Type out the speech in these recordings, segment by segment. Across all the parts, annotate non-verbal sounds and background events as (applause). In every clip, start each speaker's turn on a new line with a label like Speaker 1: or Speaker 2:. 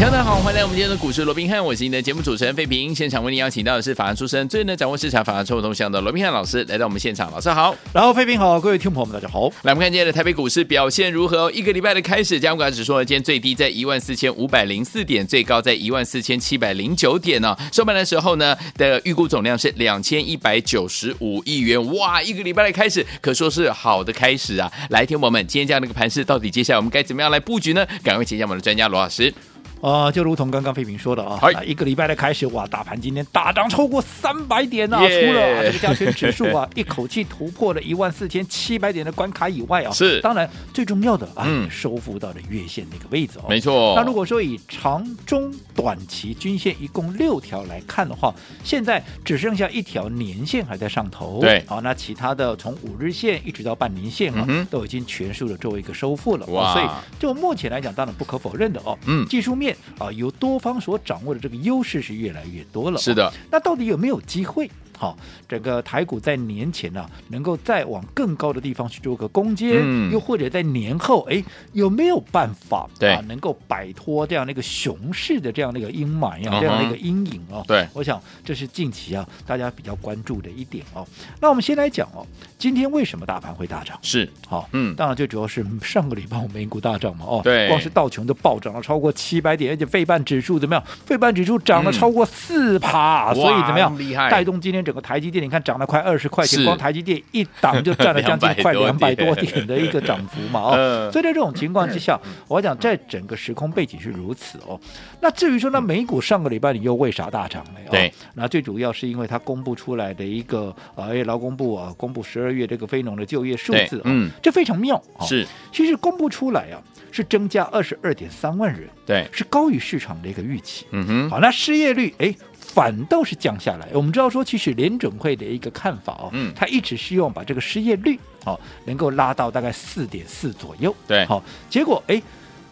Speaker 1: 大家好，欢迎来我们今天的股市罗宾汉，我是你的节目主持人费平。现场为您邀请到的是法案出身、最能掌握市场法案臭动向的罗宾汉老师，来到我们现场。老师好，
Speaker 2: 然后，飞平好，各位听众朋友们，大家好。
Speaker 1: 来我们看今天的台北股市表现如何？一个礼拜的开始，加权股价指数呢，今天最低在一万四千五百零四点，最高在一万四千七百零九点呢、收盘的时候呢，的预估总量是两千一百九十五亿元，哇，一个礼拜的开始可说是好的开始啊！来，听我们，今天这样的一个盘势，到底接下来我们该怎么样来布局呢？赶快请教我们的专家罗老师。
Speaker 2: 呃，就如同刚刚飞平说的啊
Speaker 1: 嗨，
Speaker 2: 那一个礼拜的开始，哇，大盘今天大涨超过三百点啊，
Speaker 1: 耶
Speaker 2: 除了、啊、这个加权指数啊， (laughs) 一口气突破了一万四千七百点的关卡以外啊，
Speaker 1: 是
Speaker 2: 当然最重要的啊，
Speaker 1: 嗯
Speaker 2: 收复到了月线那个位置哦，
Speaker 1: 没错，
Speaker 2: 那如果说以长中短期均线一共六条来看的话，现在只剩下一条年线还在上头。
Speaker 1: 对
Speaker 2: 好，那其他的从五日线一直到半年线啊，
Speaker 1: 嗯哼
Speaker 2: 都已经全数的做一个收复了。
Speaker 1: 哇
Speaker 2: 哦所以就目前来讲，当然不可否认的哦，
Speaker 1: 嗯
Speaker 2: 技术面啊，由多方所掌握的这个优势是越来越多了、
Speaker 1: 是的，
Speaker 2: 那到底有没有机会？好，整个台股在年前呢、能够再往更高的地方去做个攻坚，
Speaker 1: 嗯
Speaker 2: 又或者在年后，哎，有没有办法
Speaker 1: 对
Speaker 2: 啊，能够摆脱这样的一个熊市的这样的一个阴霾
Speaker 1: 嗯
Speaker 2: 啊，
Speaker 1: 哼
Speaker 2: 这样的一个阴影哦？
Speaker 1: 对
Speaker 2: 我想这是近期啊大家比较关注的一点哦。那我们先来讲哦，今天为什么大盘会大涨？
Speaker 1: 是，
Speaker 2: 好，
Speaker 1: 嗯
Speaker 2: 当然最主要是上个礼拜我们美股大涨嘛，哦，
Speaker 1: 对
Speaker 2: 光是道琼都暴涨了超过七百点，而且费半指数怎么样？费半指数涨了
Speaker 1: 嗯
Speaker 2: 超过四趴、
Speaker 1: 哇
Speaker 2: 所以怎么样？
Speaker 1: 厉害
Speaker 2: 带动今天整个台积电，你看涨了快二十块钱，
Speaker 1: 是
Speaker 2: 光台积电一档就占了将近快两
Speaker 1: 200
Speaker 2: 百
Speaker 1: 多
Speaker 2: 多
Speaker 1: 点
Speaker 2: 点的一个涨幅
Speaker 1: 嗯
Speaker 2: 嘛，哦，所以在这种情况之下，我想在整个时空背景是如此哦。那至于说那美股上个礼拜你又为啥大涨呢？哦
Speaker 1: 对，
Speaker 2: 那最主要是因为它公布出来的一个呃，劳工部啊公布十二月这个非农的就业数
Speaker 1: 对
Speaker 2: 字、啊，
Speaker 1: 嗯
Speaker 2: 这非常妙、啊。
Speaker 1: 是，
Speaker 2: 其实公布出来啊，是增加二十二点三万人，
Speaker 1: 对，
Speaker 2: 是高于市场的一个预期。
Speaker 1: 嗯哼，
Speaker 2: 好，那失业率哎，反倒是降下来。我们知道说，其实联准会的一个看法哦，
Speaker 1: 嗯
Speaker 2: 它一直希望把这个失业率哦能够拉到大概四点四左右。
Speaker 1: 对
Speaker 2: 好、结果哎。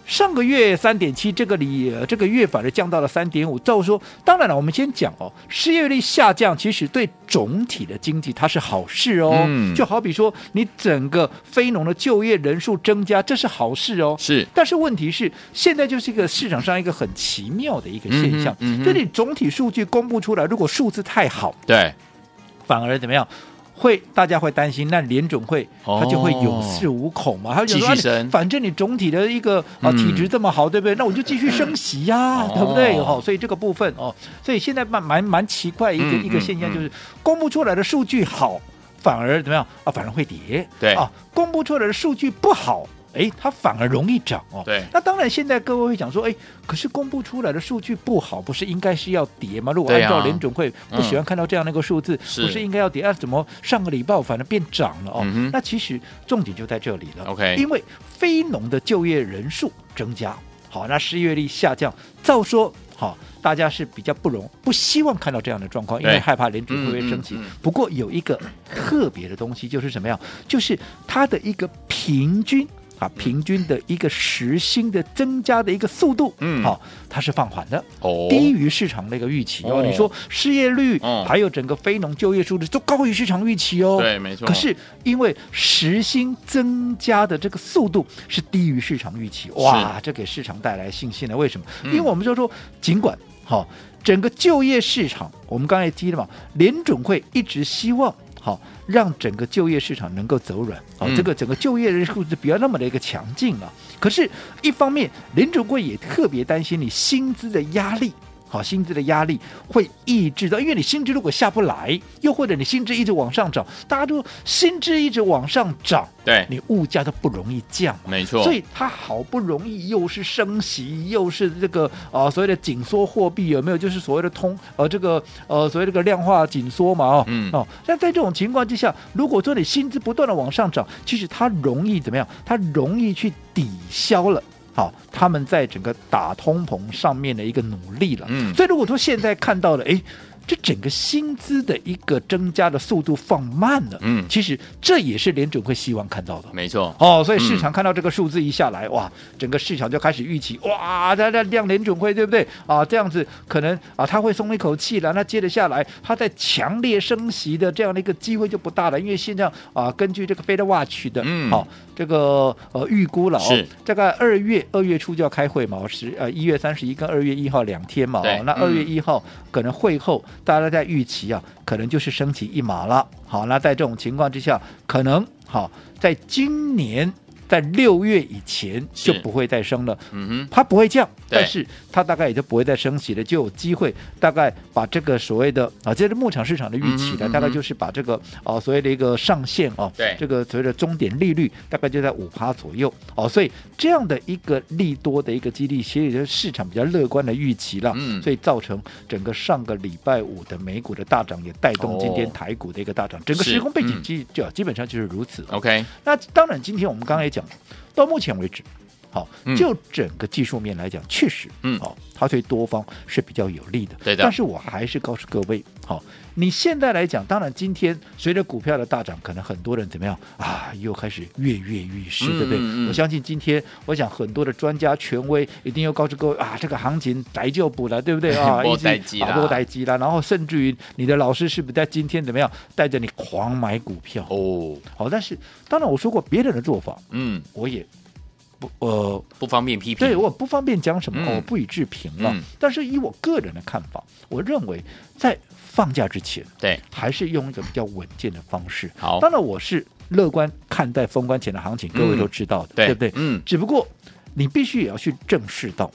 Speaker 2: 上个月三点七，这个里、呃这个月反而降到了三点五。照说，当然了，我们先讲哦，失业率下降其实对总体的经济它是好事哦。
Speaker 1: 嗯
Speaker 2: 就好比说，你整个非农的就业人数增加，这是好事哦。
Speaker 1: 是，
Speaker 2: 但是问题是，现在就是一个市场上一个很奇妙的一个现象，
Speaker 1: 嗯哼嗯哼
Speaker 2: 就是你总体数据公布出来，如果数字太好，
Speaker 1: 对，
Speaker 2: 反而怎么样？会，大家会担心，那联准会
Speaker 1: 哦
Speaker 2: 它就会有恃无恐嘛？它就
Speaker 1: 继续
Speaker 2: 说，啊你
Speaker 1: 升
Speaker 2: 反正你总体的一个啊
Speaker 1: 嗯
Speaker 2: 体质这么
Speaker 1: (laughs)
Speaker 2: 好，对不对？那我就继续升息呀、
Speaker 1: 哦
Speaker 2: 对不对？哦，所以这个部分哦，所以现在蛮蛮蛮奇怪一个、
Speaker 1: 嗯
Speaker 2: 一个现象，
Speaker 1: 嗯
Speaker 2: 就是公布出来的数据好，反而怎么样啊？反而会跌。
Speaker 1: 对
Speaker 2: 啊，公布出来的数据不好。哎，它反而容易涨哦。
Speaker 1: 对
Speaker 2: 那当然，现在各位会讲说，哎，可是公布出来的数据不好，不是应该是要跌吗？如果
Speaker 1: 对
Speaker 2: 按
Speaker 1: 啊
Speaker 2: 照联准会不
Speaker 1: 嗯
Speaker 2: 喜欢看到这样的一个数字，
Speaker 1: 是
Speaker 2: 不是应该要跌啊？怎么上个礼拜反正变涨了哦？
Speaker 1: 嗯哼
Speaker 2: 那其实重点就在这里了。
Speaker 1: OK
Speaker 2: 因为非农的就业人数增加，好，那失业率下降，照说好。大家是比较不容不希望看到这样的状况，因为
Speaker 1: 对
Speaker 2: 害怕联准
Speaker 1: 嗯
Speaker 2: 会会
Speaker 1: 嗯
Speaker 2: 升息。
Speaker 1: 嗯
Speaker 2: 不过有一个特别的东西，就是什么呀？就是它的一个平均啊，平均的一个时薪的增加的一个速度，
Speaker 1: 嗯
Speaker 2: 好、它是放缓的。
Speaker 1: 哦
Speaker 2: 低于市场的一个预期哦。
Speaker 1: 哦
Speaker 2: 你说失业率、
Speaker 1: 嗯
Speaker 2: 还有整个非农就业数字都高于市场预期哦。
Speaker 1: 对没错
Speaker 2: 可是因为时薪增加的这个速度是低于市场预期，哇，啊这给市场带来信心了。为什么？因为我们就说，尽管好、整个就业市场，我们刚才提了嘛，联准会一直希望。好，让整个就业市场能够走软，好、
Speaker 1: 嗯
Speaker 2: 这个整个就业人数字不要那么的一个强劲了、可是，一方面，联准会也特别担心你薪资的压力。好，薪资的压力会抑制到，因为你薪资如果下不来，又或者你薪资一直往上涨，大家都薪资一直往上涨，
Speaker 1: 对，
Speaker 2: 你物价都不容易降嘛。
Speaker 1: 没错，
Speaker 2: 所以它好不容易又是升息，又是这个呃所谓的紧缩货币，有没有？就是所谓的通呃这个呃所谓这个量化紧缩嘛哦，
Speaker 1: 嗯
Speaker 2: 哦，那在这种情况之下，如果说你薪资不断的往上涨，其实它容易怎么样？它容易去抵消了。好，他们在整个打通膨上面的一个努力了。
Speaker 1: 嗯
Speaker 2: 所以如果说现在看到了，哎，这整个薪资的一个增加的速度放慢了。
Speaker 1: 嗯
Speaker 2: 其实这也是联准会希望看到的。
Speaker 1: 没错，
Speaker 2: 哦，所以市
Speaker 1: 嗯
Speaker 2: 场看到这个数字一下来，哇，整个市场就开始预期，哇，那那量联准会对不对啊？这样子可能啊，他会松一口气了。那接着下来，他在强烈升息的这样的一个机会就不大了，因为现在啊，根据这个 Fed Watch 的，
Speaker 1: 嗯
Speaker 2: 好、这个呃预估了哦
Speaker 1: 是，
Speaker 2: 大概二月二月初就要开会嘛，十呃一月三十一跟二月一号两天嘛，
Speaker 1: 对
Speaker 2: 哦，那二月
Speaker 1: 嗯
Speaker 2: 一号可能会后大家在预期啊，可能就是升起一码了。好，那在这种情况之下，可能好在今年。在六月以前
Speaker 1: 是
Speaker 2: 就不会再升了，
Speaker 1: 嗯
Speaker 2: 它不会降，
Speaker 1: 对
Speaker 2: 但是它大概也就不会再升息了，就有机会大概把这个所谓的啊，这是牧场市场的预期
Speaker 1: 嗯
Speaker 2: 的，
Speaker 1: 哼
Speaker 2: 大概
Speaker 1: 嗯哼
Speaker 2: 就是把这个啊所谓的一个上限啊，
Speaker 1: 对
Speaker 2: 这个所谓的终点利率大概就在五趴左右哦，所以这样的一个利多的一个激励，其实也就是市场比较乐观的预期了，
Speaker 1: 嗯
Speaker 2: 所以造成整个上个礼拜五的美股的大涨，也带动今
Speaker 1: 哦
Speaker 2: 天台股的一个大涨，整个
Speaker 1: 是
Speaker 2: 时空背景
Speaker 1: 嗯
Speaker 2: 基就基本上就是如此
Speaker 1: 哼，OK，
Speaker 2: 那当然，今天我们刚才也讲了，到目前为止，好
Speaker 1: 嗯，
Speaker 2: 就整个技术面来讲，确实，
Speaker 1: 嗯
Speaker 2: 哦，它对多方是比较有利的。
Speaker 1: 对的
Speaker 2: 但是我还是告诉各位，好，你现在来讲，当然今天随着股票的大涨，可能很多人怎么样啊，又开始跃跃欲试，
Speaker 1: 嗯
Speaker 2: 对不对？
Speaker 1: 嗯嗯
Speaker 2: 我相信今天，我想很多的专家权威一定要告诉各位啊，这个行情逮就补了，对不对
Speaker 1: (laughs)
Speaker 2: 啊？
Speaker 1: 没
Speaker 2: 一直
Speaker 1: 代志啦
Speaker 2: 啊没代机啦，然后甚至于你的老师是不是在今天怎么样带着你狂买股票？
Speaker 1: 哦，
Speaker 2: 好，但是当然我说过别人的做法，
Speaker 1: 嗯，
Speaker 2: 我也不呃，
Speaker 1: 不方便批评，
Speaker 2: 对，我不方便讲什么，
Speaker 1: 嗯
Speaker 2: 我不予置评了。
Speaker 1: 嗯
Speaker 2: 但是以我个人的看法，我认为在放假之前，
Speaker 1: 对，
Speaker 2: 还是用一个比较稳健的方式。
Speaker 1: 好，
Speaker 2: 当然，我是乐观看待封关前的行情，各位都知道的，
Speaker 1: 对
Speaker 2: 不对？
Speaker 1: 嗯，
Speaker 2: 只不过你必须也要去正视到，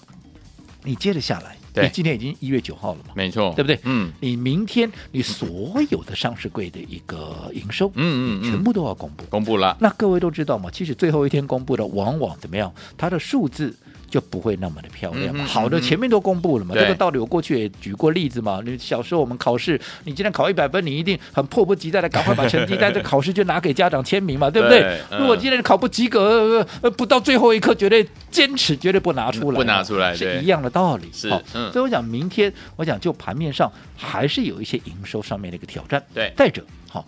Speaker 2: 你接着下来，
Speaker 1: 对
Speaker 2: 你今天已经一月九号了嘛，
Speaker 1: 没错，
Speaker 2: 对不对
Speaker 1: 嗯
Speaker 2: 你明天你所有的上市柜的一个营收，
Speaker 1: 嗯嗯嗯
Speaker 2: 全部都要公布。
Speaker 1: 公布了，
Speaker 2: 那各位都知道嘛，其实最后一天公布的往往怎么样，它的数字。就不会那么的漂亮嘛。
Speaker 1: 嗯哼
Speaker 2: 好的，
Speaker 1: 嗯哼
Speaker 2: 前面都公布了嘛，
Speaker 1: 对
Speaker 2: 这个道理我过去也举过例子嘛。你小时候我们考试，你今天考一百分，你一定很迫不及待的赶快把成绩单这考试就拿给家长签名嘛，对不对？
Speaker 1: 对嗯
Speaker 2: 如果今天考不及格，呃呃不到最后一刻，绝对坚持绝对不拿出来嘛，
Speaker 1: 不拿出来对
Speaker 2: 是一样的道理。
Speaker 1: 是
Speaker 2: 好
Speaker 1: 嗯
Speaker 2: 所以我讲明天，我讲就盘面上还是有一些营收上面的一个挑战。
Speaker 1: 对
Speaker 2: 再者，好、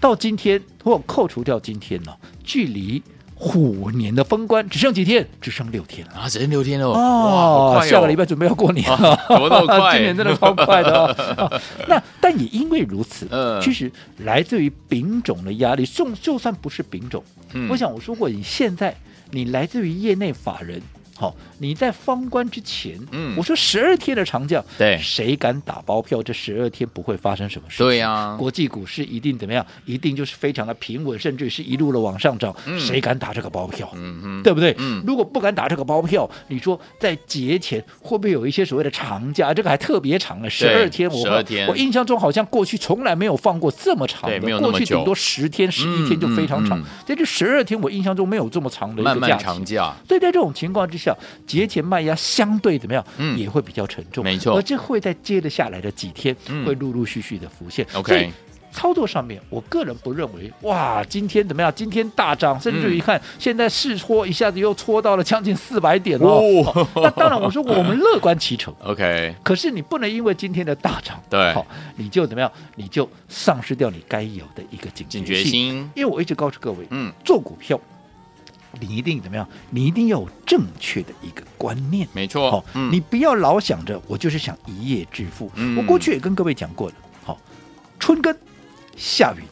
Speaker 2: 到今天或扣除掉今天呢、距离虎年的封关只剩几天？只剩六天了。
Speaker 1: 啊，只剩六天了，哇好快哦
Speaker 2: 哦下个礼拜准备要过年了，
Speaker 1: 啊怎么那么快
Speaker 2: (laughs) 今年真的超快的哦、
Speaker 1: (laughs)
Speaker 2: 啊那但也因为如此，
Speaker 1: 嗯
Speaker 2: 其实来自于丙种的压力，就就算不是丙种，
Speaker 1: 嗯
Speaker 2: 我想我说过，你现在你来自于业内法人。好，你在封关之前，
Speaker 1: 嗯
Speaker 2: 我说十二天的长假，
Speaker 1: 对
Speaker 2: 谁敢打包票？这十二天不会发生什么事情？
Speaker 1: 对啊呀
Speaker 2: 国际股市一定怎么样？一定就是非常的平稳，甚至是一路的往上涨。
Speaker 1: 嗯
Speaker 2: 谁敢打这个包票？
Speaker 1: 嗯哼，
Speaker 2: 对不对？
Speaker 1: 嗯
Speaker 2: 如果不敢打这个包票，你说在节前会不会有一些所谓的长假？这个还特别长了，十二天我，我
Speaker 1: 12天
Speaker 2: 我印象中好像过去从来没有放过这么长
Speaker 1: 对
Speaker 2: 的，
Speaker 1: 没有那么
Speaker 2: 过去
Speaker 1: 久
Speaker 2: 顶多十天、十一天就非常
Speaker 1: 嗯
Speaker 2: 长
Speaker 1: 嗯，
Speaker 2: 在这十二天我印象中没有这么长的一个假
Speaker 1: 漫
Speaker 2: 期。
Speaker 1: 漫长假，
Speaker 2: 所以在这种情况之下，节前卖压相对怎么样，
Speaker 1: 嗯
Speaker 2: 也会比较沉重，
Speaker 1: 没错
Speaker 2: 而这会在接着下来的几天，
Speaker 1: 嗯
Speaker 2: 会陆陆续续的浮现。
Speaker 1: OK
Speaker 2: 所以操作上面，我个人不认为，哇，今天怎么样？今天大涨，甚
Speaker 1: 嗯
Speaker 2: 至于看、现在试戳一下子又戳到了将近四百点哦。
Speaker 1: 哦 (laughs)
Speaker 2: 哦那当然，我说我们乐观其成。
Speaker 1: ，OK，
Speaker 2: 可是你不能因为今天的大涨，
Speaker 1: 对
Speaker 2: 好，你就怎么样，你就丧失掉你该有的一个警
Speaker 1: 警
Speaker 2: 觉
Speaker 1: 觉
Speaker 2: 性。
Speaker 1: 心，
Speaker 2: 因为我一直告诉各位，
Speaker 1: 嗯，
Speaker 2: 做股票，你一定怎么样？你一定要有正确的一个观念。
Speaker 1: 没错，
Speaker 2: 好、
Speaker 1: 嗯
Speaker 2: 你不要老想着我就是想一夜致富。
Speaker 1: 嗯
Speaker 2: 我过去也跟各位讲过了，好、春耕、夏耘、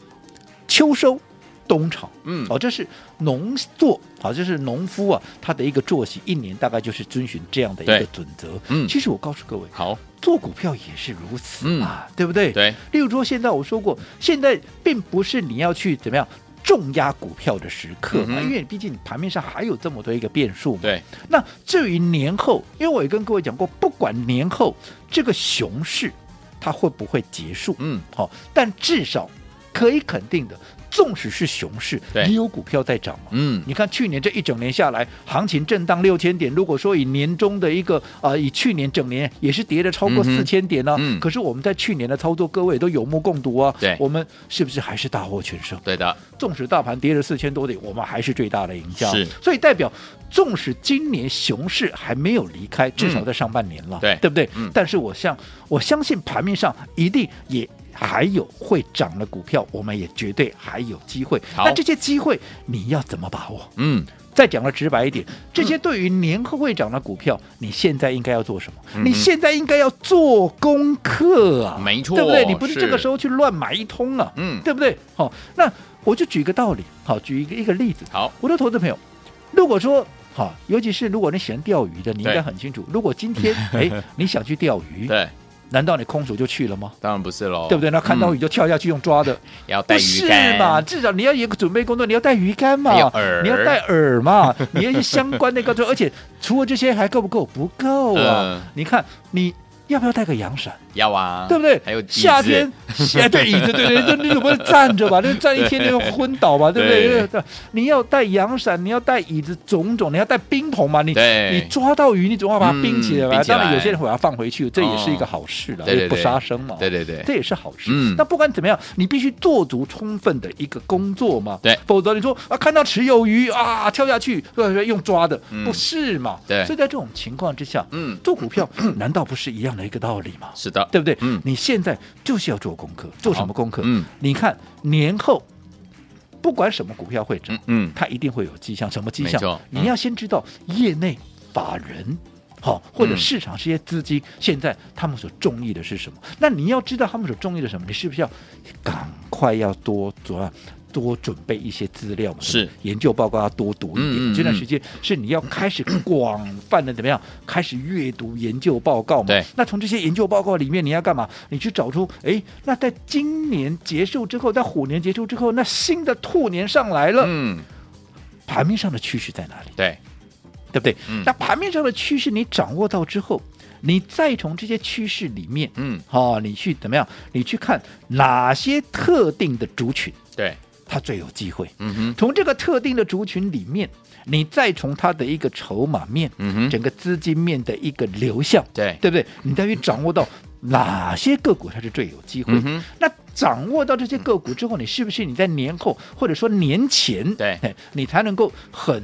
Speaker 2: 秋收、冬藏，
Speaker 1: 嗯
Speaker 2: 好、这是农作，好、这是农夫啊，他的一个作息，一年大概就是遵循这样的一个
Speaker 1: 对
Speaker 2: 准则。
Speaker 1: 嗯
Speaker 2: 其实我告诉各位，
Speaker 1: 好，
Speaker 2: 做股票也是如此嘛，对不对？
Speaker 1: 嗯对。
Speaker 2: 例如说，现在我说过，现在并不是你要去怎么样重压股票的时刻
Speaker 1: 嗯
Speaker 2: 嘛，
Speaker 1: 哼
Speaker 2: 因为毕竟盘面上还有这么多一个变数嘛。
Speaker 1: 对，
Speaker 2: 那至于年后，因为我也跟各位讲过，不管年后这个熊市它会不会结束，
Speaker 1: 嗯，
Speaker 2: 好、但至少。可以肯定的，纵使是熊市，
Speaker 1: 对
Speaker 2: 也有股票在涨嘛。
Speaker 1: 嗯，
Speaker 2: 你看去年这一整年下来，行情震荡六千点。如果说以年中的一个啊、呃以去年整年也是跌了超过
Speaker 1: 嗯哼
Speaker 2: 四千点呢、
Speaker 1: 嗯
Speaker 2: 可是我们在去年的操作，各位都有目共睹啊。
Speaker 1: 对
Speaker 2: 我们是不是还是大获全胜？
Speaker 1: 对的，
Speaker 2: 纵使大盘跌了四千多点，我们还是最大的赢家。
Speaker 1: 是
Speaker 2: 所以代表纵使今年熊市还没有离开，至少在上半年了，
Speaker 1: 嗯对
Speaker 2: 对不对？
Speaker 1: 嗯
Speaker 2: 但是我相我相信盘面上一定也。还有会涨的股票，我们也绝对还有机会。
Speaker 1: 好
Speaker 2: 那这些机会你要怎么把握？
Speaker 1: 嗯，
Speaker 2: 再讲的直白一点，这些对于年后会涨的股票，你现在应该要做什么？
Speaker 1: 嗯哼
Speaker 2: 你现在应该要做功课啊，
Speaker 1: 没错
Speaker 2: 对不对？你不是
Speaker 1: 是
Speaker 2: 这个时候去乱买一通啊，
Speaker 1: 嗯
Speaker 2: 对不对？好、那我就举一个道理，好，举一个一个例子，
Speaker 1: 好，
Speaker 2: 我的投资朋友，如果说好，尤其是如果你喜欢钓鱼的，你应
Speaker 1: 对
Speaker 2: 该很清楚，如果
Speaker 1: (laughs)
Speaker 2: 今天哎你想去钓鱼，
Speaker 1: 对，
Speaker 2: 难道你空手就去了吗？
Speaker 1: 当然不是喽，
Speaker 2: 对不对？那看到鱼就跳下去用抓的，
Speaker 1: 嗯要带
Speaker 2: 不
Speaker 1: 鱼
Speaker 2: 是
Speaker 1: 竿
Speaker 2: 嘛？？至少你要有一个准备工作，你要带鱼竿嘛，
Speaker 1: 还有饵
Speaker 2: 你要带饵嘛，你要去相关的工作，而且除了这些还够不够？不够啊！
Speaker 1: 嗯
Speaker 2: 你看你。要不要带个阳伞，
Speaker 1: 要啊，
Speaker 2: 对不对？
Speaker 1: 还有椅子
Speaker 2: 夏天，夏对椅子，对对对，那你不是站着吧？那站一天就昏倒吧，对不对？
Speaker 1: 对
Speaker 2: 对你要带阳伞，你要带椅子，种种，你要带冰桶嘛，你
Speaker 1: 对
Speaker 2: 你抓到鱼，你总要把它冰起来
Speaker 1: 嗯
Speaker 2: 吧。
Speaker 1: 冰起来
Speaker 2: 当然，有些人会把它放回去，这也是一个
Speaker 1: 哦
Speaker 2: 好事了，
Speaker 1: 对对
Speaker 2: 因为不
Speaker 1: 对
Speaker 2: 杀生嘛。
Speaker 1: 对对对，
Speaker 2: 这也是好事。
Speaker 1: 嗯
Speaker 2: 那不管怎么样，你必须做足充分的一个工作嘛，
Speaker 1: 对
Speaker 2: 否则你说啊，看到持有鱼啊，跳下去，呃，用抓的，
Speaker 1: 嗯
Speaker 2: 不是嘛？
Speaker 1: 对
Speaker 2: 所以在这种情况之下，
Speaker 1: 嗯，
Speaker 2: 做股票 (clears throat) 难道不是一样的一个道理吗？
Speaker 1: 是的，
Speaker 2: 对不对？
Speaker 1: 嗯
Speaker 2: 你现在就是要做功课，做什么功课？
Speaker 1: 嗯
Speaker 2: 你看年后不管什么股票会涨，
Speaker 1: 嗯嗯，
Speaker 2: 它一定会有迹象。什么迹
Speaker 1: 没
Speaker 2: 象
Speaker 1: 错？嗯
Speaker 2: 你要先知道业内法人。好，或者
Speaker 1: 嗯
Speaker 2: 市场这些资金、现在他们所中意的是什么？那你要知道他们所中意的什么，你是不是要赶快要多做多准备一些资料嘛？
Speaker 1: 是
Speaker 2: 研究报告要多读一点。
Speaker 1: 嗯嗯嗯
Speaker 2: 这段时间是你要开始广泛的怎么样？开始阅读研究报告嘛？
Speaker 1: 对。
Speaker 2: 那从这些研究报告里面，你要干嘛？你去找出，哎，那在今年结束之后，在虎年结束之后，那新的兔年上来了，
Speaker 1: 嗯，
Speaker 2: 盘面上的趋势在哪里，
Speaker 1: 对，
Speaker 2: 对不对？
Speaker 1: 嗯
Speaker 2: 那盘面上的趋势你掌握到之后，你再从这些趋势里面，
Speaker 1: 嗯，
Speaker 2: 哦，你去怎么样？你去看哪些特定的族群，
Speaker 1: 对，
Speaker 2: 它最有机会。
Speaker 1: 嗯哼，
Speaker 2: 从这个特定的族群里面，你再从它的一个筹码面，
Speaker 1: 嗯哼
Speaker 2: 整个资金面的一个流向，
Speaker 1: 对，
Speaker 2: 对不对？你再去掌握到哪些个股它是最有机会。
Speaker 1: 嗯哼
Speaker 2: 那掌握到这些个股之后，你是不是你在年后或者说年前，
Speaker 1: 对
Speaker 2: 哎，你才能够很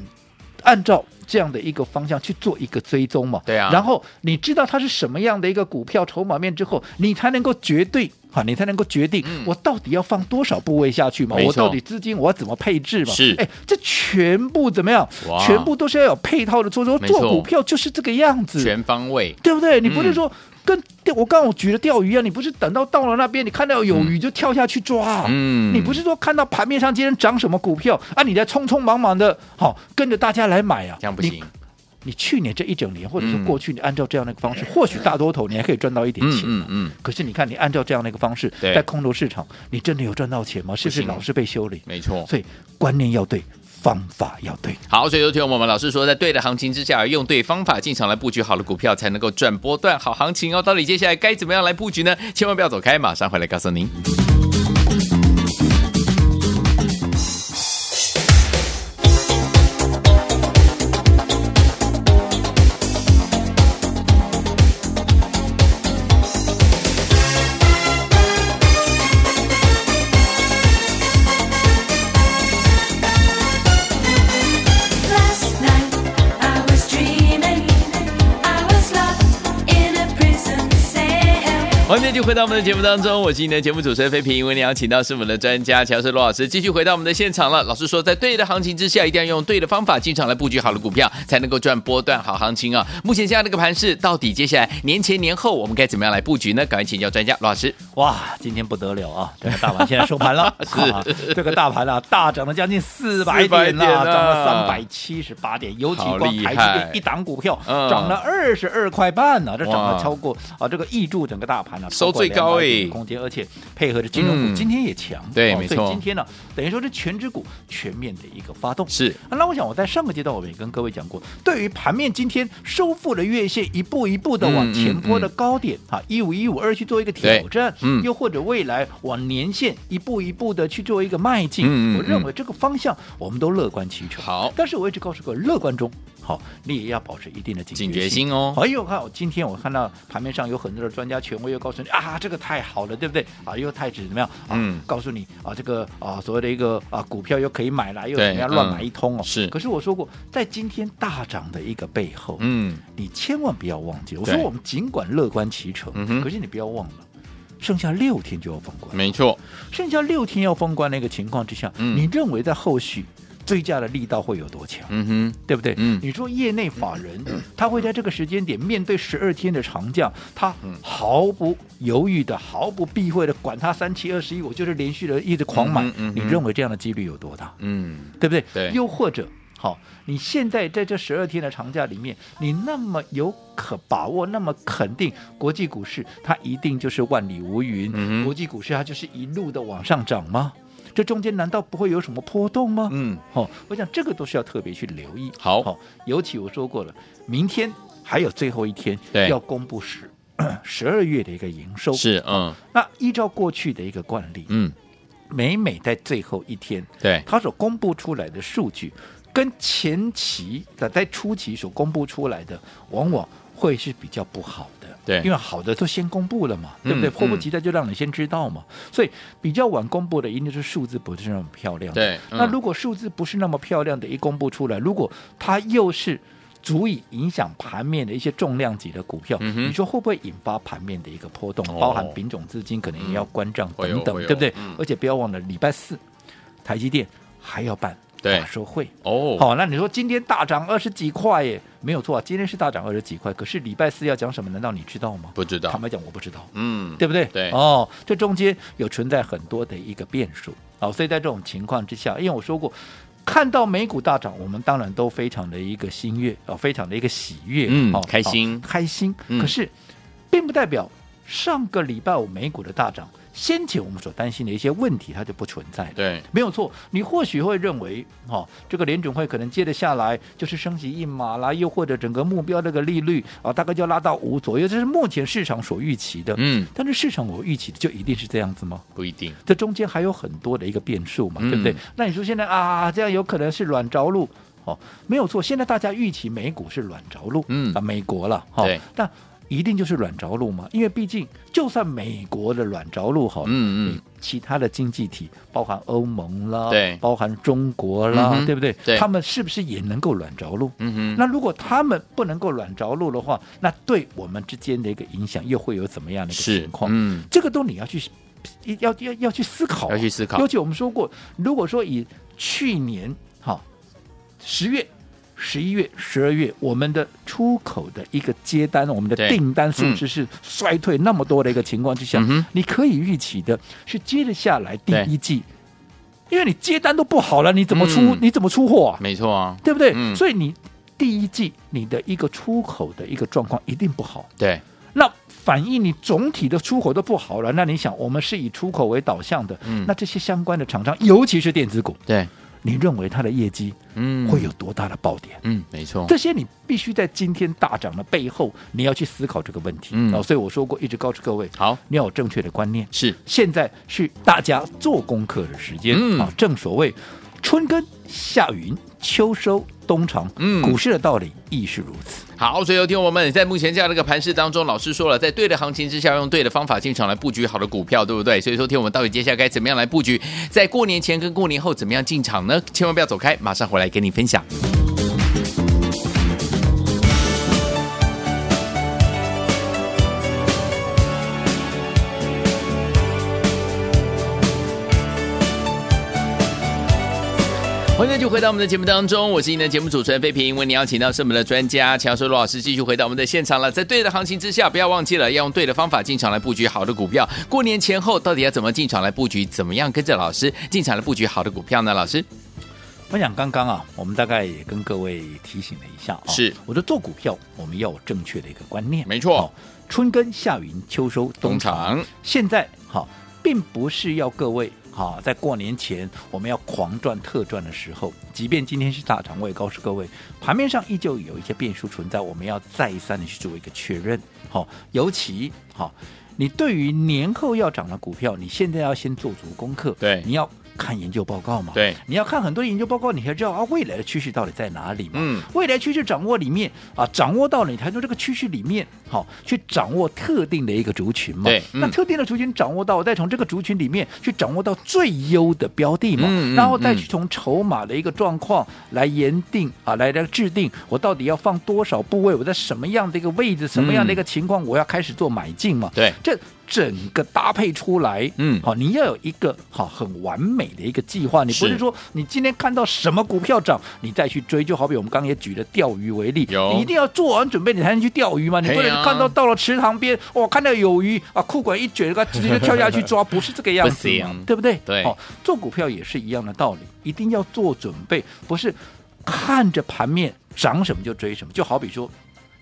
Speaker 2: 按照。这样的一个方向去做一个追踪嘛，
Speaker 1: 对啊
Speaker 2: 然后你知道它是什么样的一个股票筹码面之后，你才能够决定，哈，你才能够决定
Speaker 1: 嗯
Speaker 2: 我到底要放多少部位下去嘛，
Speaker 1: 没错
Speaker 2: 我到底资金我要怎么配置嘛，
Speaker 1: 是
Speaker 2: 哎，这全部怎么样
Speaker 1: 哇？
Speaker 2: 全部都是要有配套的做做
Speaker 1: 没错
Speaker 2: 做股票就是这个样子，
Speaker 1: 全嗯方位，
Speaker 2: 对不对？你不是说跟、我刚刚我举了钓鱼啊，你不是等到到了那边，你看到有鱼就跳下去抓。
Speaker 1: 嗯，
Speaker 2: 哦你不是说看到盘面上今天涨什么股票啊，你再匆匆忙忙的，好、跟着大家来买啊？
Speaker 1: 这样不
Speaker 2: 你
Speaker 1: 行，
Speaker 2: 你去年这一整年，或者是
Speaker 1: 嗯
Speaker 2: 过去，你按照这样的一个方式，或许大多头你还可以赚到一点
Speaker 1: 嗯
Speaker 2: 钱。啊
Speaker 1: 嗯嗯，
Speaker 2: 可是你看，你按照这样的一个方式，
Speaker 1: 对
Speaker 2: 在空头市场，你真的有赚到钱吗？是不是
Speaker 1: 不行啊
Speaker 2: 老是被修理？
Speaker 1: 没错。
Speaker 2: 所以观念要对，方法要对。
Speaker 1: 好，所以有听我们老师说，在对的行情之下，用对方法进场来布局好的股票，才能够赚波段好行情哦。到底接下来该怎么样来布局呢？千万不要走开，马上回来告诉您。
Speaker 3: Last night I was dreaming, I was locked in a prison cell.
Speaker 1: 欢迎继续回到我们的节目当中，我是今天的节目主持人飞平，为您邀请到是我们的专家乔世罗老师，继续回到我们的现场了。老师说，在对的行情之下，一定要用对的方法进场来布局好的股票，才能够赚波段好行情啊。目前这样的一个盘势，到底接下来年前年后我们该怎么样来布局呢？赶快请教专家罗老师。
Speaker 2: 哇，今天不得了啊！这个大盘现在收
Speaker 1: (laughs)
Speaker 2: 盘了，啊、这个大盘啊，大涨了将近四百点
Speaker 1: 点啊
Speaker 2: 啊，涨了三百七十八点，尤其
Speaker 1: 好
Speaker 2: 光
Speaker 1: 厉
Speaker 2: 台积
Speaker 1: 害
Speaker 2: 电一档股票
Speaker 1: 嗯
Speaker 2: 涨了二十二块半呢、这涨
Speaker 1: 哇
Speaker 2: 了超过啊这个挹注整个大盘啊，
Speaker 1: 收最高哎
Speaker 2: 空间，而且配合着金融
Speaker 1: 嗯
Speaker 2: 股今天也强，
Speaker 1: 对
Speaker 2: 哦
Speaker 1: 没
Speaker 2: 所以
Speaker 1: 错
Speaker 2: 今天呢，等于说是全指股全面的一个发动。
Speaker 1: 是
Speaker 2: 啊那我想我在上个阶段我们也跟各位讲过，对于盘面今天收复了月线，一步一步的
Speaker 1: 嗯
Speaker 2: 往
Speaker 1: 嗯
Speaker 2: 前坡的
Speaker 1: 嗯
Speaker 2: 高点啊，一五一五二去做一个
Speaker 1: 对
Speaker 2: 挑战，
Speaker 1: 嗯
Speaker 2: 又或者未来往年线一步一步的去做一个迈进，
Speaker 1: 嗯嗯
Speaker 2: 我认
Speaker 1: 嗯
Speaker 2: 为这个方向我们都乐观其成。
Speaker 1: 好
Speaker 2: 但是我一直告诉各位，乐观中好，你也要保持一定的警
Speaker 1: 警
Speaker 2: 觉
Speaker 1: 觉心哦
Speaker 2: 好，因为我看我今天我看到盘面上有很多的专家权威又告诉你啊，这个太好了，对不对？啊，又太指怎么样？啊、
Speaker 1: 嗯
Speaker 2: 告诉你啊，这个啊所谓的一个啊股票又可以买了，又
Speaker 1: 对
Speaker 2: 怎么样乱
Speaker 1: 嗯
Speaker 2: 买一通哦。
Speaker 1: 是
Speaker 2: 可是我说过，在今天大涨的一个背后，
Speaker 1: 嗯，
Speaker 2: 你千万不要忘记，我
Speaker 1: 对
Speaker 2: 说我们尽管乐观其成，
Speaker 1: 嗯哼
Speaker 2: 可是你不要忘了。剩下六天就要封关，
Speaker 1: 没错，
Speaker 2: 剩下六天要封关的一个情况之下，
Speaker 1: 嗯
Speaker 2: 你认为在后续追加的力道会有多强？
Speaker 1: 嗯哼，
Speaker 2: 对不对？
Speaker 1: 嗯
Speaker 2: 你说业内法人、他会在这个时间点面对十二天的长假，他
Speaker 1: 嗯
Speaker 2: 毫不犹豫的、毫不避讳的，管他三七二十一，我就是连续的一直狂买。
Speaker 1: 嗯哼嗯哼
Speaker 2: 你认为这样的几率有多大？
Speaker 1: 嗯，
Speaker 2: 对不对？
Speaker 1: 对
Speaker 2: 又或者，好，你现在在这十二天的长假里面，你那么有可把握，那么肯定国际股市它一定就是万里无云，
Speaker 1: 嗯哼
Speaker 2: 国际股市它就是一路的往上涨吗？这中间难道不会有什么波动吗？
Speaker 1: 嗯，
Speaker 2: 哦，我想这个都是要特别去留意。
Speaker 1: 好
Speaker 2: 哦，尤其我说过了，明天还有最后一天
Speaker 1: 对
Speaker 2: 要公布十 (clears throat) 十二月的一个营收。
Speaker 1: 是，嗯
Speaker 2: 那依照过去的一个惯例，
Speaker 1: 嗯，
Speaker 2: 每每在最后一天，
Speaker 1: 对，
Speaker 2: 它所公布出来的数据，跟前期的在初期所公布出来的，往往会是比较不好的。
Speaker 1: 对
Speaker 2: 因为好的都先公布了嘛，对不对？
Speaker 1: 嗯
Speaker 2: 迫不及待就让你先知道嘛，所以比较晚公布的一定就是数字不是那么漂亮的。
Speaker 1: 对嗯
Speaker 2: 那如果数字不是那么漂亮的，一公布出来，如果它又是足以影响盘面的一些重量级的股票，
Speaker 1: 嗯哼
Speaker 2: 你说会不会引发盘面的一个波动？
Speaker 1: 哦
Speaker 2: 包含品种资金可能也要关账
Speaker 1: 会有
Speaker 2: 等等，
Speaker 1: 会有
Speaker 2: 对不对？
Speaker 1: 嗯
Speaker 2: 而且不要忘了礼拜四台积电还要办
Speaker 1: 对
Speaker 2: 法说会。
Speaker 1: 哦，
Speaker 2: 好、那你说今天大涨二十几块耶，没有错啊，今天是大涨二十几块，可是礼拜四要讲什么？难道你知道吗？
Speaker 1: 不知道
Speaker 2: 坦，白讲，我不知道，
Speaker 1: 嗯，
Speaker 2: 对不对？
Speaker 1: 对
Speaker 2: 哦，这中间有存在很多的一个变数。好、所以在这种情况之下，因为我说过。看到美股大涨，我们当然都非常的一个心悦啊、非常的一个喜悦，
Speaker 1: 嗯
Speaker 2: 好
Speaker 1: 开心
Speaker 2: 好开心。
Speaker 1: 嗯
Speaker 2: 可是，并不代表上个礼拜五美股的大涨，先前我们所担心的一些问题，它就不存在了。
Speaker 1: 对，
Speaker 2: 没有错，你或许会认为，哦，这个联准会可能接得下来，就是升息一码啦，又或者整个目标这个利率啊，大概就拉到五左右，这是目前市场所预期的。
Speaker 1: 嗯，
Speaker 2: 但是市场我预期的就一定是这样子吗？
Speaker 1: 不一定，
Speaker 2: 这中间还有很多的一个变数嘛，
Speaker 1: 嗯
Speaker 2: 对不对？那你说现在啊，这样有可能是软着陆哦，没有错。现在大家预期美股是软着陆，
Speaker 1: 嗯
Speaker 2: 啊，美国了哈
Speaker 1: 对，
Speaker 2: 那、一定就是软着陆嘛，因为毕竟就算美国的软着陆好，
Speaker 1: 嗯嗯，
Speaker 2: 其他的经济体，包含欧盟啦，
Speaker 1: 对
Speaker 2: 包含中国啦，
Speaker 1: 嗯哼
Speaker 2: 对不对？
Speaker 1: 对
Speaker 2: 他们是不是也能够软着陆？
Speaker 1: 嗯哼，
Speaker 2: 那如果他们不能够软着陆的话，那对我们之间的一个影响又会有怎么样的一个
Speaker 1: 是
Speaker 2: 情，况？
Speaker 1: 嗯，
Speaker 2: 这个都你要去要要要去思考啊、
Speaker 1: 要去思考
Speaker 2: 尤，其我们说过，如果说以去年哈十月、十一月、十二月，我们的出口的一个接单，我们的
Speaker 1: 对
Speaker 2: 订单数
Speaker 1: 嗯
Speaker 2: 字是衰退那么多的一个情况之下，
Speaker 1: 嗯哼
Speaker 2: 你可以预期的是，接着下来第
Speaker 1: 对
Speaker 2: 一季，因为你接单都不好了，你怎么出？
Speaker 1: 嗯
Speaker 2: 你怎么出货啊？
Speaker 1: 没错啊，
Speaker 2: 对不对？
Speaker 1: 嗯
Speaker 2: 所以你第一季你的一个出口的一个状况一定不好。
Speaker 1: 对，
Speaker 2: 那反映你总体的出口都不好了，那你想，我们是以出口为导向的，
Speaker 1: 嗯
Speaker 2: 那这些相关的厂商，尤其是电子股，
Speaker 1: 对，
Speaker 2: 你认为它的业绩
Speaker 1: 嗯，
Speaker 2: 会有，多大的爆点？
Speaker 1: 嗯，没错，
Speaker 2: 这些你必须在今天大涨的背后，你要去思考这个问题。
Speaker 1: 嗯
Speaker 2: 哦，所以我说过，一直告诉各位，
Speaker 1: 好，
Speaker 2: 你要有正确的观念。
Speaker 1: 是，
Speaker 2: 现在是大家做功课的时间、
Speaker 1: 嗯
Speaker 2: 啊，正所谓春耕夏耘秋收冬藏，
Speaker 1: 嗯
Speaker 2: 股市的道理亦是如此。
Speaker 1: 好，所以有听我们在目前这样的一个盘市当中，老师说了，在对的行情之下，用对的方法进场来布局好的股票，对不对？所以说，听我们到底接下来该怎么样来布局，在过年前跟过年后怎么样进场呢？千万不要走开，马上回来跟你分享。欢迎继续回到我们的节目当中，我是您的节目主持人费平，为您邀请到是我们的专家乔收罗老师继续回到我们的现场了。在对的行情之下，不要忘记了要用对的方法进场来布局好的股票。过年前后到底要怎么进场来布局？怎么样跟着老师进场来布局好的股票呢？老师，
Speaker 2: 我想刚刚啊，我们大概也跟各位提醒了一下啊，
Speaker 1: 是
Speaker 2: 我说做股票我们要有正确的一个观念，
Speaker 1: 没错
Speaker 2: 哦春耕夏耘秋收冬
Speaker 1: 东
Speaker 2: 藏，
Speaker 1: 厂
Speaker 2: 现在好、并不是要各位。好，在过年前我们要狂赚特赚的时候，即便今天是大涨，我也告诉各位，盘面上依旧有一些变数存在，我们要再三的去做一个确认。好，尤其好，你对于年后要涨的股票，你现在要先做足功课，
Speaker 1: 对
Speaker 2: 你要看研究报告嘛，
Speaker 1: 对
Speaker 2: 你要看很多研究报告，你才知道啊未来的趋势到底在哪里嘛。
Speaker 1: 嗯，
Speaker 2: 未来趋势掌握里面啊，掌握到你才从这个趋势里面好、去掌握特定的一个族群嘛。
Speaker 1: 对嗯
Speaker 2: 那特定的族群掌握到，再从这个族群里面去掌握到最优的标的嘛，
Speaker 1: 嗯嗯
Speaker 2: 然后再
Speaker 1: 嗯
Speaker 2: 去从筹码的一个状况来研定啊，来来制定我到底要放多少部位，我在什么样的一个位置，什么样的一个情况，我要开始做买进嘛。
Speaker 1: 嗯对
Speaker 2: 这整个搭配出来，
Speaker 1: 嗯
Speaker 2: 好，你要有一个好很完美的一个计划，你不
Speaker 1: 是
Speaker 2: 是说你今天看到什么股票涨，你再去追，就好比我们刚刚也举了钓鱼为例，
Speaker 1: 有
Speaker 2: 你一定要做完准备，你才能去钓鱼嘛，你不
Speaker 1: 嘿
Speaker 2: 能
Speaker 1: 呀
Speaker 2: 看到到了池塘边，哇，看到有鱼啊，裤管一卷，直接就跳
Speaker 1: (laughs)
Speaker 2: 下去抓，不是这个样子嘛
Speaker 1: 不行
Speaker 2: 对不对？
Speaker 1: 对
Speaker 2: 好，做股票也是一样的道理，一定要做准备，不是看着盘面涨什么就追什么，就好比说。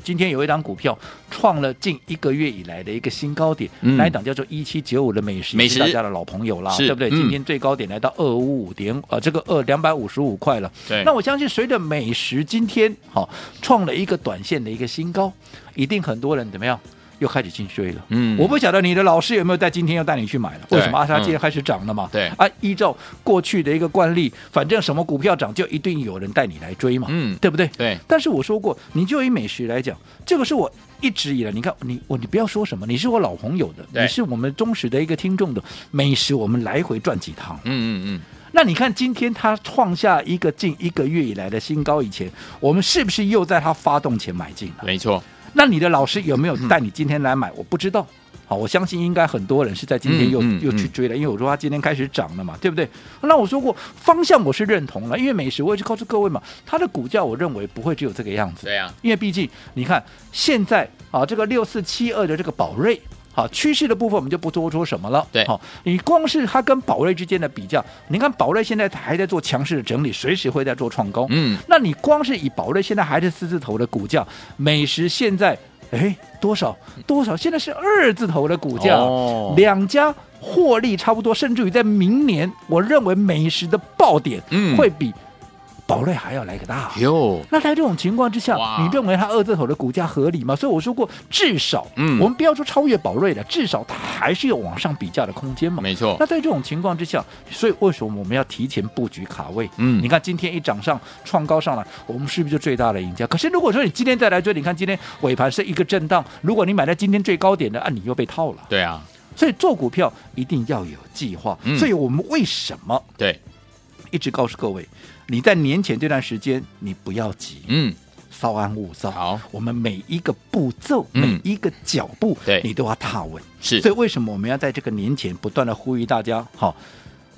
Speaker 2: 今天有一档股票创了近一个月以来的一个新高点，
Speaker 1: 嗯
Speaker 2: 那一档叫做一七九五的美食，
Speaker 1: 美
Speaker 2: 也
Speaker 1: 食
Speaker 2: 是大家的老朋友啦，
Speaker 1: 是
Speaker 2: 对不对？
Speaker 1: 嗯
Speaker 2: 今天最高点来到二五五点，呃，这个二两百五十五块了。
Speaker 1: 对
Speaker 2: 那我相信随着美食今天好、创了一个短线的一个新高，一定很多人怎么样？又开始进追了，
Speaker 1: 嗯
Speaker 2: 我不晓得你的老师有没有在今天要带你去买了？
Speaker 1: 对
Speaker 2: 为什么阿莎
Speaker 1: 嗯
Speaker 2: 今天开始涨了嘛？
Speaker 1: 对
Speaker 2: 啊，依照过去的一个惯例，反正什么股票涨就一定有人带你来追嘛，
Speaker 1: 嗯
Speaker 2: 对不对？
Speaker 1: 对
Speaker 2: 但是我说过，你就以美食来讲，这个是我一直以来，你看你我你不要说什么，你是我老朋友的，
Speaker 1: 对
Speaker 2: 你是我们忠实的一个听众的美食，我们来回转几趟。
Speaker 1: 嗯嗯
Speaker 2: 那你看今天它创下一个近一个月以来的新高以前，我们是不是又在它发动前买进
Speaker 1: 嗯，
Speaker 2: 了？
Speaker 1: 没错，
Speaker 2: 那你的老师有
Speaker 1: 嗯
Speaker 2: 没有带你今天来买？我不知道。好，我相信应该很多人是在今天又、
Speaker 1: 嗯嗯
Speaker 2: 又去追了，因为我说它今天开始涨了嘛，对不对？那我说过方向我是认同了，因为美食我也是告诉各位嘛，它的股价我认为不会只有这个样子。
Speaker 1: 对啊，
Speaker 2: 因为毕竟你看现在啊，这个六四七二的这个宝瑞。好，趋势的部分我们就不多说什么了。
Speaker 1: 对
Speaker 2: 好，你光是它跟宝瑞之间的比较，你看宝瑞现在还在做强势的整理，随时会在做创高。
Speaker 1: 嗯，
Speaker 2: 那你光是以宝瑞现在还是四字头的股价，美食现在哎多少多少，现在是二字头的股价，
Speaker 1: 嗯哦
Speaker 2: 两家获利差不多，甚至于在明年，我认为美食的爆点
Speaker 1: 嗯
Speaker 2: 会比宝瑞还要来个大。
Speaker 1: 哟，
Speaker 2: 那在这种情况之下
Speaker 1: 哇，
Speaker 2: 你认为它二字头的股价合理吗？所以我说过，至少，
Speaker 1: 嗯
Speaker 2: 我们不要说超越宝瑞了，至少它还是有往上比价的空间嘛。
Speaker 1: 没错
Speaker 2: 那，在这种情况之下，所以为什么我们要提前布局卡位？
Speaker 1: 嗯
Speaker 2: 你看今天一涨上创高上来，我们是不是就最大的赢家？可是如果说你今天再来追，你看今天尾盘是一个震荡，如果你买在今天最高点的，啊，你又被套了。
Speaker 1: 对啊，
Speaker 2: 所以做股票一定要有计划。
Speaker 1: 嗯
Speaker 2: 所以我们为什么
Speaker 1: 对，
Speaker 2: 一直告诉各位，你在年前这段时间你不要急，
Speaker 1: 嗯，
Speaker 2: 稍安勿躁。
Speaker 1: 好，
Speaker 2: 我们每一个步骤，
Speaker 1: 嗯
Speaker 2: 每一个脚步，
Speaker 1: 对
Speaker 2: 你都要踏稳。
Speaker 1: 是
Speaker 2: 所以为什么我们要在这个年前不断的呼吁大家？好。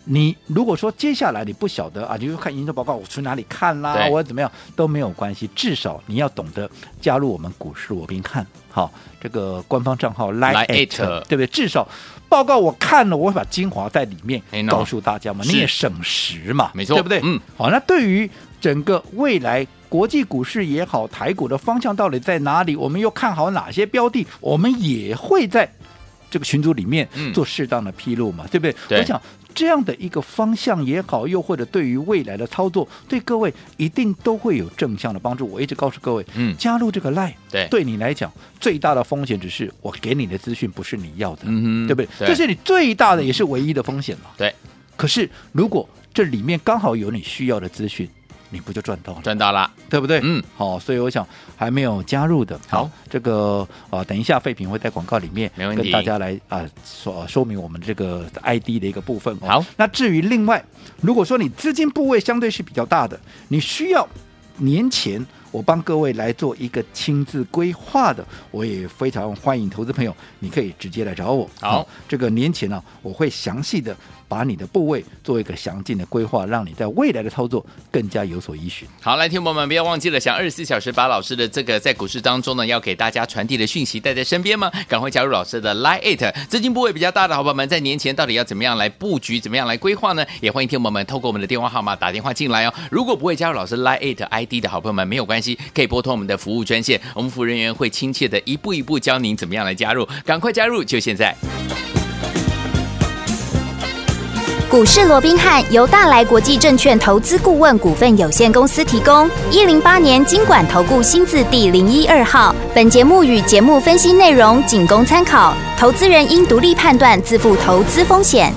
Speaker 2: 你如果说接下来你不晓得啊，你就看研究报告，我去哪里看啦，
Speaker 1: 对
Speaker 2: 我怎么样都没有关系，至少你要懂得加入我们股市我边看好这个官方账号
Speaker 1: Line
Speaker 2: Line
Speaker 1: it
Speaker 2: 对不对？至少报告我看了，我会把精华在里
Speaker 1: (laughs)
Speaker 2: 面
Speaker 1: 哎喏
Speaker 2: 告诉大家嘛，
Speaker 1: 是
Speaker 2: 你也省时嘛，
Speaker 1: 没错
Speaker 2: 对不对？
Speaker 1: 嗯，
Speaker 2: 好，那对于整个未来国际股市也好，台股的方向到底在哪里？我们又看好哪些标的？我们也会在这个群组里面
Speaker 1: 嗯
Speaker 2: 做适当的披露嘛，对不对？
Speaker 1: 对
Speaker 2: 我想这样的一个方向也好，又或者对于未来的操作，对各位一定都会有正向的帮助。我一直告诉各位，
Speaker 1: 嗯
Speaker 2: 加入这个 line，
Speaker 1: 对
Speaker 2: 对你来讲最大的风险只是我给你的资讯不是你要的，
Speaker 1: 嗯哼
Speaker 2: 对不对？
Speaker 1: 对
Speaker 2: 这是你最大的也是唯一的风险了。
Speaker 1: 对，
Speaker 2: 可是如果这里面刚好有你需要的资讯，你不就赚到了？
Speaker 1: 赚到了，
Speaker 2: 对不对？
Speaker 1: 嗯，
Speaker 2: 好，所以我想还没有加入的，
Speaker 1: 好
Speaker 2: 这个啊、呃等一下废品会在广告里面
Speaker 1: 没问题
Speaker 2: 跟大家来啊、说、呃说明我们这个 ID 的一个部分、哦。
Speaker 1: 好，
Speaker 2: 那至于另外，如果说你资金部位相对是比较大的，你需要年前。我帮各位来做一个亲自规划的，我也非常欢迎投资朋友，你可以直接来找我。
Speaker 1: 好
Speaker 2: 这个年前呢、我会详细的把你的部位做一个详尽的规划，让你在未来的操作更加有所依循。
Speaker 1: 好，来，听众朋友们，不要忘记了，想二十四小时把老师的这个在股市当中呢，要给大家传递的讯息带在身边吗？赶快加入老师的 Line It，资金部位比较大的好朋友们，在年前到底要怎么样来布局，怎么样来规划呢？也欢迎听众朋友们透过我们的电话号码打电话进来哦。如果不会加入老师 Line It ID 的好朋友们，没有关系，可以拨通我们的服务专线，我们服务人员会亲切的一步一步教您怎么样来加入，赶快加入，就现在。
Speaker 4: 股市罗宾汉由大来国际证券投资顾问股份有限公司提供，一零八年经管投顾新字第零一二号。本节目与节目分析内容仅供参考，投资人应独立判断，自负投资风险。